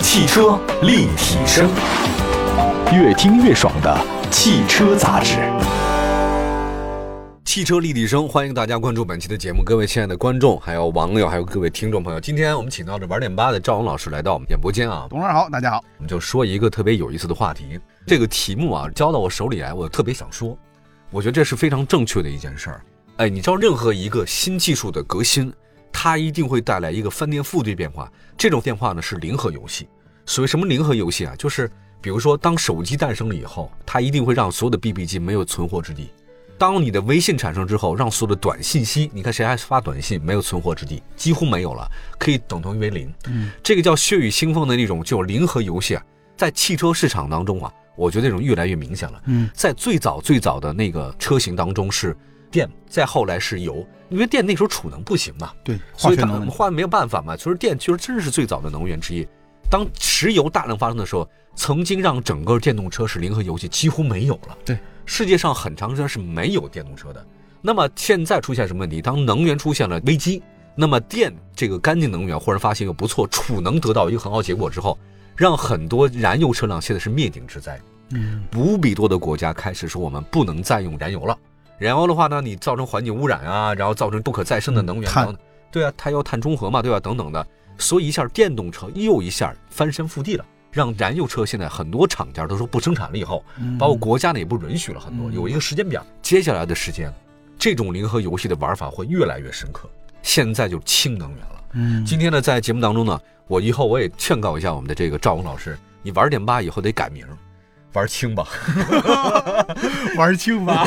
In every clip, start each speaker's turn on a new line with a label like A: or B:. A: 汽车立体声，越听越爽的汽车杂志。
B: 汽车立体声，欢迎大家关注本期的节目。各位亲爱的观众，还有网友，还有各位听众朋友，今天我们请到这玩点吧的赵勇老师来到我们演播间啊，
C: 董事长好，大家好。
B: 我们就说一个特别有意思的话题。这个题目啊，交到我手里来，我特别想说，我觉得这是非常正确的一件事儿。哎，你知道，任何一个新技术的革新，它一定会带来一个翻天覆地变化。这种变化呢是零和游戏。所谓什么零和游戏啊，就是比如说，当手机诞生了以后，它一定会让所有的 BB 机没有存活之地。当你的微信产生之后，让所有的短信息，你看谁还发短信，没有存活之地，几乎没有了，可以等同于为零。
C: 嗯，
B: 这个叫血雨腥风的那种就零和游戏啊，在汽车市场当中啊，我觉得这种越来越明显了。
C: 嗯，
B: 在最早最早的那个车型当中是电，再后来是油，因为电那时候储能不行嘛，
C: 对，
B: 所
C: 化
B: 以
C: 学
B: 它
C: 能
B: 化没有办法嘛，所以电其实真是最早的能源之一。当石油大量发生的时候，曾经让整个电动车是零和游戏几乎没有了。
C: 对，
B: 世界上很长时间是没有电动车的。那么现在出现什么问题？当能源出现了危机，那么电这个干净能源忽然发现又不错，储能得到一个很好结果之后，让很多燃油车辆现在是灭顶之灾。
C: 嗯，
B: 无比多的国家开始说我们不能再用燃油了。燃油的话呢，你造成环境污染啊，然后造成不可再生的能源
C: 嗯碳
B: 等等，对啊，它要碳中和嘛，对吧、等等的，所以一下电动车又一下翻身覆地了，让燃油车现在很多厂家都说不生产了以后，包括国家呢也不允许了很多，
C: 嗯
B: 有一个时间表。接下来的时间，这种零和游戏的玩法会越来越深刻。现在就是氢能源了。
C: 嗯，
B: 今天呢，在节目当中呢，我以后我也劝告一下我们的这个赵勇老师，你玩点吧以后得改名，玩氢 吧。
C: 玩清吧，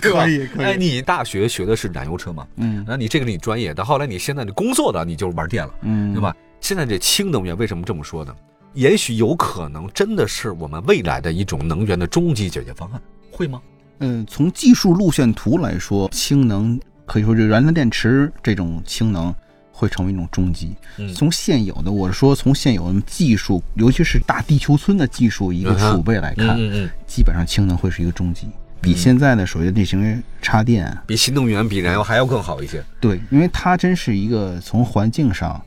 B: 对吧
C: 可以可
B: 哎，
C: 以，
B: 你大学学的是燃油车嘛？
C: 嗯
B: 那你这个是你专业的，后来你现在你工作的你就是玩电了，
C: 嗯，
B: 对吧？现在这氢能源为什么这么说呢？也许有可能真的是我们未来的一种能源的终极解决方案，会吗？
C: 嗯，从技术路线图来说，氢能可以说是燃料电池这种氢能会成为一种终极。
B: 嗯
C: 从现有的，我是说从现有的技术，尤其是大地球村的技术一个
B: 嗯哼
C: 储备来看，
B: 嗯嗯，
C: 基本上氢能会是一个终极，比
B: 嗯
C: 现在的所谓的这些插电啊
B: 比新能源、比燃油还要更好一些。
C: 对，因为它真是一个从环境上，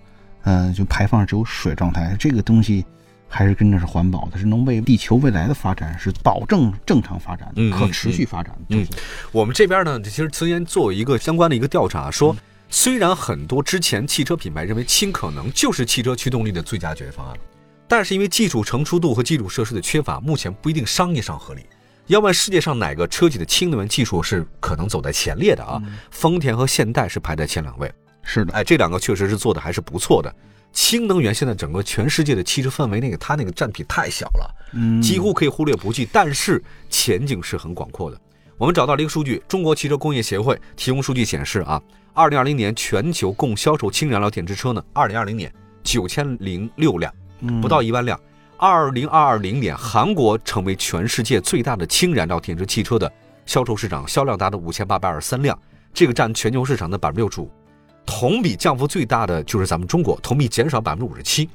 C: 嗯、就排放只有水状态，这个东西还是真正是环保的，是能为地球未来的发展是保证正常发展的、
B: 嗯
C: 可持续发展的。
B: 嗯，我们这边呢，其实曾经做一个相关的一个调查，说虽然很多之前汽车品牌认为氢可能就是汽车驱动力的最佳解决方案，但是因为技术成熟度和基础设施的缺乏，目前不一定商业上合理。要不然世界上哪个车企的氢能源技术是可能走在前列的啊？丰田和现代是排在前两位。
C: 是的，
B: 哎，这两个确实是做的还是不错的。氢能源现在整个全世界的汽车范围内，它那个占比太小了。
C: 嗯，
B: 几乎可以忽略不计，但是前景是很广阔的。我们找到了一个数据，中国汽车工业协会提供数据显示啊，二零二零年全球共销售氢燃料电池车呢，二零二零年九千零六辆，嗯
C: 嗯
B: 不到一万辆。二零二零年，韩国成为全世界最大的氢燃料电池汽车的销售市场，销量达到五千八百二十三辆，这个占全球市场的百分之六十五，同比降幅最大的就是咱们中国，同比减少百分之五十七。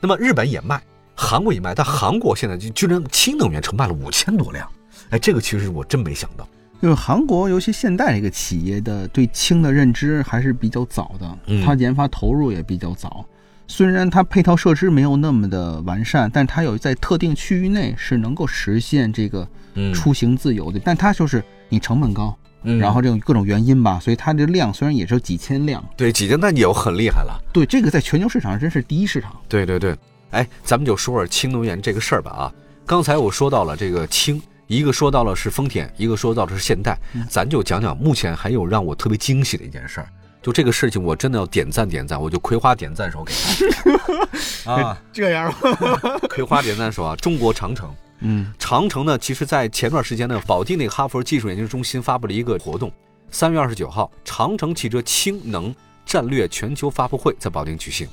B: 那么日本也卖，韩国也卖，但韩国现在就居然氢能源车卖了五千多辆，哎，这个其实我真没想到。
C: 就是韩国，尤其现代这个企业的对氢的认知还是比较早的，
B: 嗯
C: 它研发投入也比较早。虽然它配套设施没有那么的完善，但它有在特定区域内是能够实现这个
B: 嗯
C: 出行自由的，但它就是你成本高，然后这种各种原因吧，所以它这量虽然也就几千辆，
B: 对几件，那也很厉害了。
C: 对这个在全球市场上真是第一市场。
B: 对对对，哎，咱们就说说氢能源这个事儿吧啊。刚才我说到了这个氢，一个说到了是丰田，一个说到了是现代，咱就讲讲目前还有让我特别惊喜的一件事儿。就这个事情，我真的要点赞点赞，我就葵花点赞手给他啊，
C: 这样吧，
B: 葵花点赞手啊！中国长城，
C: 嗯
B: 长城呢，其实在前段时间呢，保定那个哈佛技术研究中心发布了一个活动，三月二十九号，长城汽车氢能战略全球发布会在保定举行。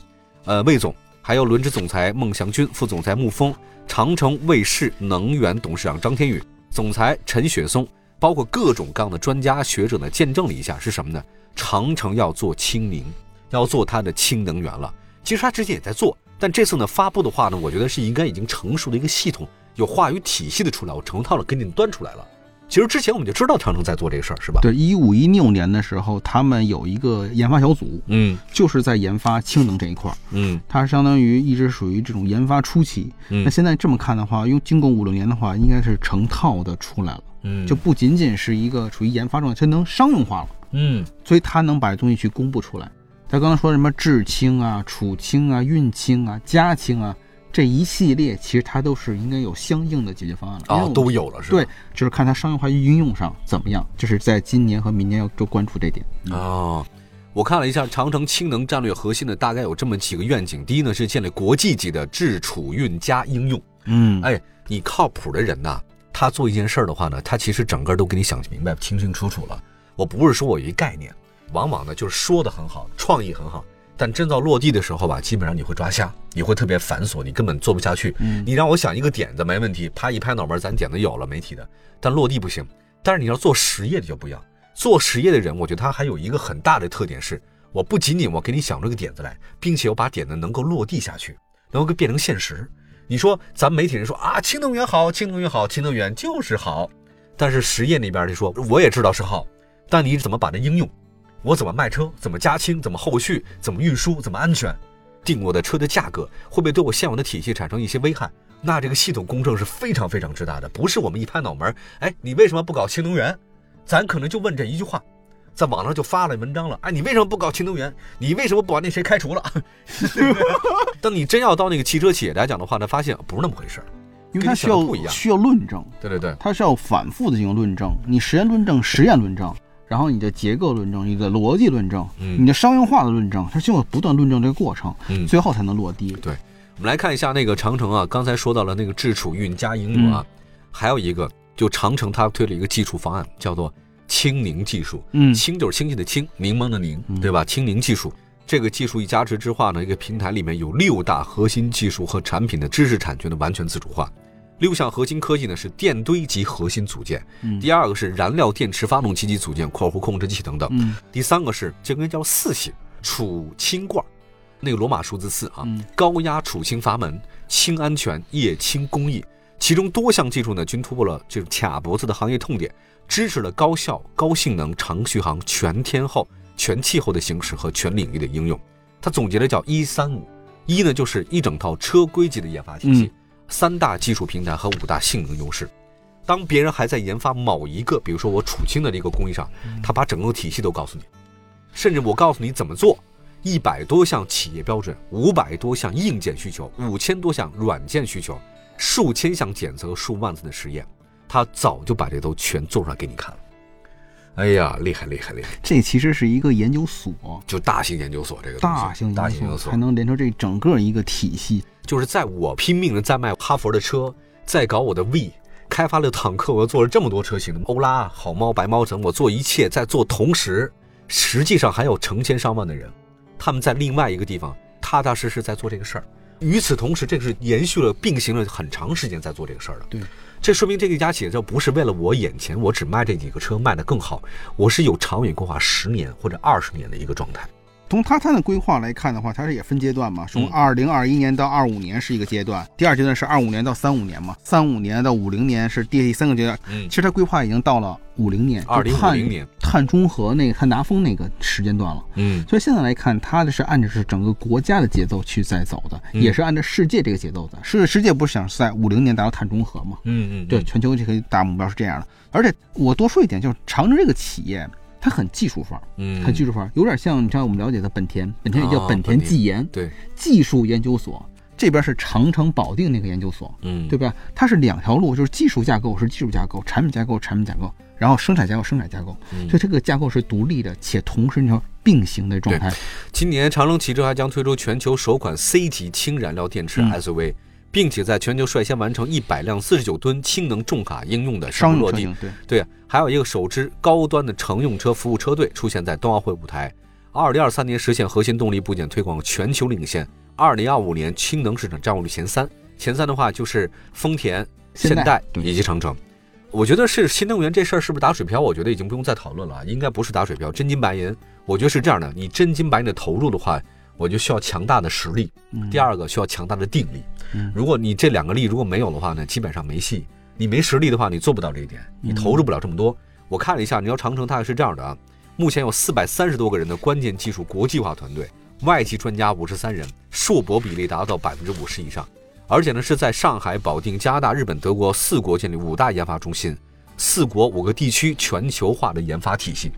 B: 呃，魏总还有轮值总裁孟祥军、副总裁穆峰、长城卫视能源董事长张天宇、总裁陈雪松，包括各种各样的专家学者呢，见证了一下是什么呢？长城要做氢宁，要做它的氢能源了。其实它之前也在做，但这次呢发布的话呢，我觉得是应该已经成熟的一个系统，有话语体系的出来，我成套的给你端出来了。其实之前我们就知道长城在做这个事儿，是吧？，
C: 对，一五一六年的时候，他们有一个研发小组，
B: 嗯
C: 就是在研发氢能这一块儿，
B: 嗯
C: 它相当于一直属于这种研发初期。
B: 嗯
C: 那现在这么看的话，用经过五六年的话，应该是成套的出来了，
B: 嗯，
C: 就不仅仅是一个处于研发状态，它能商用化了，
B: 嗯
C: 所以它能把东西去公布出来。他刚才说什么制氢啊、储氢啊、运氢啊、加氢啊，这一系列其实它都是应该有相应的解决方案了。因为我
B: 哦
C: 们
B: 都有了，是吧？
C: 对，就是看它商业化应用上怎么样，就是在今年和明年要多关注这点。
B: 哦，我看了一下长城氢能战略核心呢，大概有这么几个愿景。第一呢是建立国际级的制储运加应用。
C: 嗯
B: 哎，你靠谱的人呐、他做一件事儿的话呢，他其实整个都给你想明白、清清楚楚了。我不是说我有一概念，往往呢就是说的很好，创意很好，但真到落地的时候吧，基本上你会抓瞎，你会特别繁琐，你根本做不下去。
C: 嗯
B: 你让我想一个点子没问题，啪一拍脑门儿，咱点子有了，媒体的，但落地不行。但是你要做实业的就不一样，做实业的人，我觉得他还有一个很大的特点是，我不仅仅我给你想出个点子来，并且我把点子能够落地下去，能够变成现实。你说咱媒体人说啊，氢能源好，氢能源好，氢能源就是好，但是实业那边就说我也知道是好，但你怎么把它应用？我怎么卖车？怎么加氢？怎么后续？怎么运输？怎么安全？定我的车的价格会不会对我现有的体系产生一些危害？那这个系统公正是非常非常之大的，不是我们一拍脑门儿，哎，你为什么不搞氢能源？咱可能就问这一句话，在网上就发了文章了，哎，你为什么不搞氢能源？你为什么不把那谁开除了？ 当你真要到那个汽车企业来讲的话呢，发现不是那么回事儿。
C: 因为它需
B: 跟你想的不一
C: 要
B: 样
C: 需要论证，
B: 对对对，
C: 它是要反复的进行论证，你实验论证、实验论证，然后你的结构论证、你的逻辑论证、
B: 嗯
C: 你的商用化的论证，它经过不断论证这个过程，
B: 嗯
C: 最后才能落地。
B: 我们来看一下那个长城啊，刚才说到了那个制储运加应用啊，
C: 嗯
B: 还有一个就长城它推了一个技术方案，叫做氢凝技术。
C: 嗯
B: 氢就是氢气的氢，柠檬的柠，
C: 嗯
B: 对吧？氢凝技术这个技术一加持之化呢，一个平台里面有六大核心技术和产品的知识产权的完全自主化。六项核心科技呢是电堆级核心组件，
C: 嗯
B: 第二个是燃料电池发动机级组件（括弧控制器等等），
C: 嗯
B: 第三个是这个叫四系储氢罐儿，那个罗马数字四啊，
C: 嗯
B: 高压储氢阀门、氢安全、液氢工艺，其中多项技术呢均突破了就是卡脖子的行业痛点，支持了高效、高性能、长续航、全天候、全气候的行驶和全领域的应用。它总结的叫一三五，一呢就是一整套车规级的研发体系，
C: 嗯
B: 三大技术平台和五大性能优势。当别人还在研发某一个，比如说我储氢的这个工艺上，
C: 嗯
B: 他把整个体系都告诉你，甚至我告诉你怎么做，一百多项企业标准，五百多项硬件需求，五千多项软件需求，数千项检测，数万次的实验，他早就把这都全做出来给你看了。哎呀，厉害厉害厉害！
C: 这其实是一个研究所，
B: 就大型研究所这个东西
C: 大型
B: 大型研
C: 研
B: 究
C: 究
B: 所
C: 所还，能连成这整个一个体系。
B: 就是在我拼命的在卖哈佛的车，在搞我的 V，开发了坦克，我又做了这么多车型，欧拉、好猫、白猫等，我做一切在做，同时实际上还有成千上万的人，他们在另外一个地方踏踏实实在做这个事儿。与此同时，这个是延续了、并行了很长时间在做这个事儿的。
C: 对，
B: 这说明这个家企业就不是为了我眼前我只卖这几个车卖得更好，我是有长远规划，十年或者二十年的一个状态。
C: 从它它的规划来看的话，它是也分阶段嘛，从
B: 嗯
C: 二零二一年到二五年是一个阶段，第二阶段是二五年到三五年嘛，三五年到五零年是第三个阶段。
B: 嗯
C: 其实它规划已经到了五零年，就
B: 2050
C: 碳
B: 年
C: 碳中和那个碳达峰那个时间段了。
B: 嗯
C: 所以现在来看，它的是按照是整个国家的节奏去在走的，
B: 嗯
C: 也是按照世界这个节奏的。世世界不是想在五零年达到碳中和嘛？
B: 嗯嗯，
C: 对，全球这个大目标是这样的。而且我多说一点，就是长城这个企业，它很技术化，
B: 嗯，
C: 很技术化，有点像你像我们了解的本田，本田也
B: 哦
C: 叫本
B: 本
C: 田
B: 田
C: 技研、
B: 对，
C: 技术研究所，这边是长城保定那个研究所，
B: 嗯
C: 对吧？它是两条路，就是技术架构是技术架构，产品架构产品架构，然后生产架构生产架构，
B: 嗯
C: 所以这个架构是独立的，且同时你要并行的状态。
B: 今年长城汽车还将推出全球首款 C 级氢燃料电池
C: 嗯
B: SUV，、并且在全球率先完成一百辆四十九吨氢能重卡应用的
C: 商
B: 务
C: 用
B: 落
C: 车
B: 地
C: 型。对，
B: 对，啊还有一个首支高端的乘用车服务车队出现在冬奥会舞台。二零二三年实现核心动力部件推广全球领先，二零二五年氢能市场占有率前三。前三的话就是丰田、现
C: 现代
B: 代
C: 对
B: 以及长城。我觉得是新能源这事儿是不是打水漂？我觉得已经不用再讨论了啊，应该不是打水漂，真金白银。我觉得是这样的，你真金白银的投入的话，我就需要强大的实力，
C: 嗯
B: 第二个需要强大的定力
C: 嗯。
B: 如果你这两个力如果没有的话呢，基本上没戏。你没实力的话，你做不到这一点，你投入不了这么多。我看了一下，你要长城大概是这样的啊，目前有四百三十多个人的关键技术国际化团队，外籍专家五十三人，硕博比例达到百分之五十以上，而且呢是在上海、保定、加拿大、日本、德国四国建立五大研发中心，四国五个地区全球化的研发体系，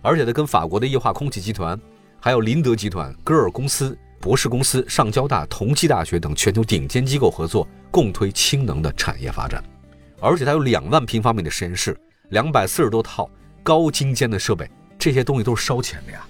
B: 而且呢跟法国的液化空气集团、还有林德集团、戈尔公司、博士公司、上交大、同济大学等全球顶尖机构合作，共推氢能的产业发展。而且它有两万平方米的实验室，两百四十多套高精尖的设备，这些东西都是烧钱的呀。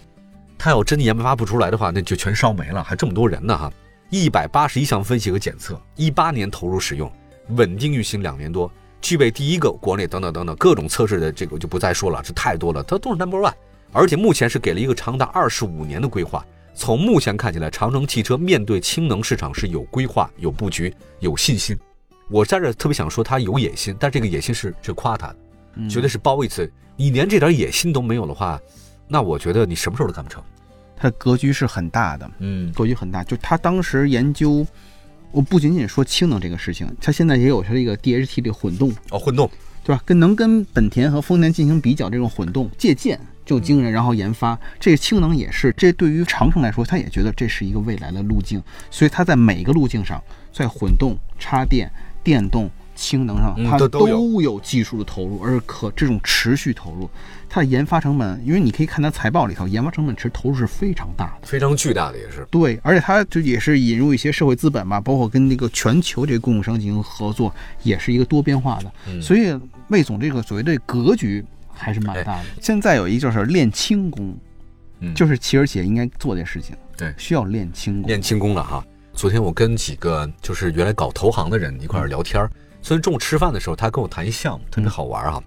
B: 它要真研发不出来的话，那就全烧没了，还这么多人呢哈。一百八十一项分析和检测，一八年投入使用，稳定运行两年多，具备第一个国内等等等等各种测试的这个我就不再说了，这太多了，它都是 number one。而且目前是给了一个长达二十五年的规划。从目前看起来，长城汽车面对氢能市场是有规划、有布局、有信心。我在这儿特别想说，他有野心，但这个野心是是夸他的，绝
C: 嗯
B: 对是褒义词。你连这点野心都没有的话，那我觉得你什么时候都干不成。
C: 它的格局是很大的，
B: 嗯
C: 格局很大。就他当时研究，我不仅仅说氢能这个事情，他现在也有它这个 DHT 这个混动，
B: 哦，混动，
C: 对吧？跟能跟本田和丰田进行比较，这种混动借鉴就惊
B: 嗯
C: 人，然后研发这个氢能也是，这对于长城来说，他也觉得这是一个未来的路径，所以他在每个路径上，在混动、插电、电动、氢能上
B: 嗯，
C: 它
B: 都都有
C: 都有技术的投入，而可这种持续投入，它的研发成本，因为你可以看它财报里头，研发成本其实投入是非常大的。
B: 非常巨大的也是。
C: 对，而且它就也是引入一些社会资本嘛，包括跟那个全球这个供应商进行合作，也是一个多边化的。
B: 嗯
C: 所以魏总这个所谓的格局还是蛮大的。现在有一个就是练轻功，
B: 哎嗯
C: 就是琪儿姐应该做这事情，
B: 对
C: 需要练轻功。
B: 练轻功了哈。昨天我跟几个就是原来搞投行的人一块儿聊天儿，昨天中午吃饭的时候，他跟我谈一项目，特别好玩儿哈。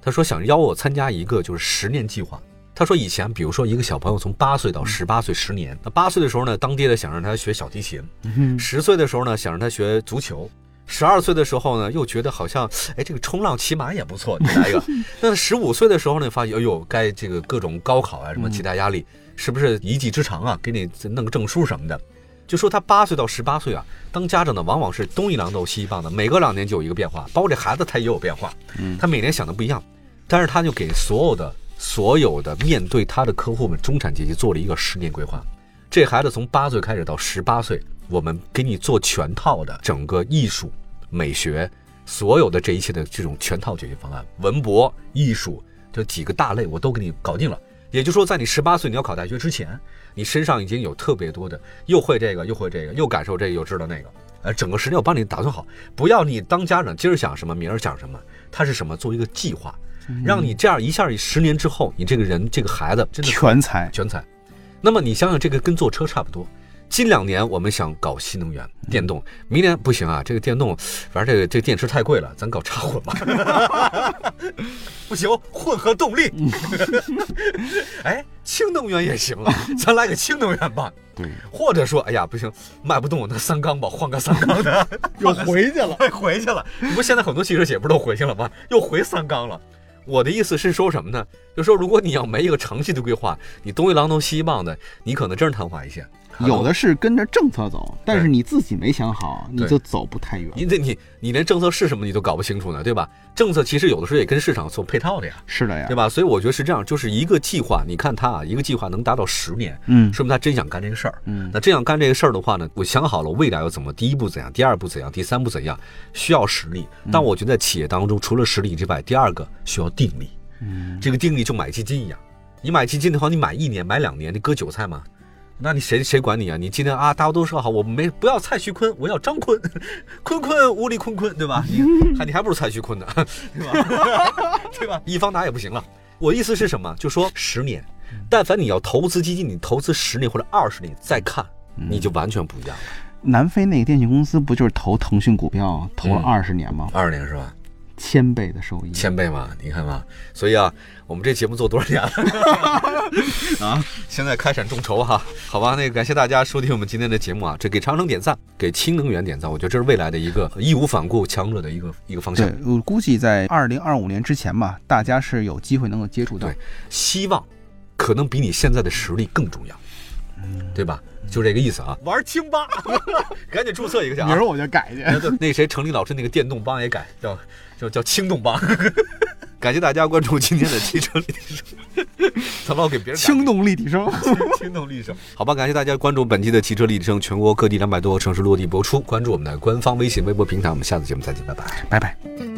B: 他说想邀我参加一个就是十年计划。他说以前比如说一个小朋友从八岁到十八岁十年，那八岁的时候呢，当爹的想让他学小提琴，
C: 嗯
B: 十岁的时候呢，想让他学足球。十二岁的时候呢，又觉得好像，哎，这个冲浪、骑马也不错，你来一个。那十五岁的时候呢，发现，哎呦，该这个各种高考啊，什么其他压力，是不是一技之长啊？给你弄个证书什么的。就说他八岁到十八岁啊，当家长的往往是东一榔头西一棒的，每隔两年就有一个变化，包括这孩子他也有变化，他每年想的不一样，但是他就给所有的所有的面对他的客户们中产阶级做了一个十年规划。这孩子从八岁开始到十八岁，我们给你做全套的整个艺术、美学，所有的这一切的这种全套解决方案，文博、艺术这几个大类我都给你搞定了。也就是说，在你十八岁你要考大学之前，你身上已经有特别多的，又会这个，又会这个，又感受这个，又知道那个。呃，整个时间我帮你打算好，不要你当家长今儿想什么，明儿想什么，他是什么，做一个计划，让你这样一下十年之后，你这个人这个孩子真的
C: 全才，
B: 全彩。那么你想想，这个跟坐车差不多。近两年我们想搞新能源、电动，明年不行啊，这个电动，反正这个这个电池太贵了，咱搞插混吧。不行，混合动力。 哎，氢能源也行了，咱来个氢能源吧。
C: 对，
B: 或者说，哎呀，不行，卖不动我那三缸吧，换个三缸 的。
C: 又回去了。
B: 快回去了。你不现在很多汽车企业不都回去了吗？又回三缸了。我的意思是说什么呢？就说如果你要没一个长期的规划，你东一榔头西一棒的，你可能真是昙花一现。
C: 有的是跟着政策走，但是你自己没想好，你
B: 对
C: 就走不太远。
B: 你这你你连政策是什么你都搞不清楚呢，对吧？政策其实有的时候也跟市场做配套的呀，
C: 是的呀
B: 对，吧？所以我觉得是这样，就是一个计划，你看他啊，一个计划能达到十年，
C: 嗯
B: 说明他真想干这个事儿。
C: 嗯
B: 那这样干这个事儿的话呢，我想好了未来要怎么，第一步怎样，第二步怎样，第三步怎样，需要实力。
C: 嗯
B: 但我觉得在企业当中，除了实力之外，第二个需要定力。
C: 嗯，
B: 这个定力就买基金一样，你买基金的话，你买一年、买两年，你割韭菜吗？那你谁谁管你啊？你今天啊，大家都说好，我没不要蔡徐坤，我要张坤，坤坤无力坤坤，对吧？ 你还你还不如蔡徐坤呢，对吧？ 对吧？一方达也不行了。我意思是什么？就说十年，但凡你要投资基金，你投资十年或者二十年再看，你就完全不一样了。
C: 南非那个电信公司不就是投腾讯股票投了
B: 嗯
C: 二十年吗？
B: 二十年是吧？
C: 千倍的收益。
B: 千倍嘛，你看嘛，所以啊，我们这节目做多少年了 啊？现在开展众筹哈，好吧，那个感谢大家收听我们今天的节目啊，这给长城点赞，给氢能源点赞，我觉得这是未来的一个义无反顾、强者的一个一个方向
C: 对。，我估计在二零二五年之前吧，大家是有机会能够接触到
B: 对。希望可能比你现在的实力更重要。对吧？就这个意思啊。嗯玩清吧， 赶紧注册一个去
C: 明
B: 啊
C: 儿！我就改去。
B: 哎对 那谁程立老师那个电动帮也改叫叫叫轻动帮。 感谢大家关注今天的汽车历史，咱老给别人改
C: 轻动立体声，
B: 听懂历史。好吧，感谢大家关注本期的汽车立体声，全国各地两百多个城市落地播出。关注我们的官方微信、微博平台，我们下次节目再见，拜拜。
C: 拜拜。
D: Thank you.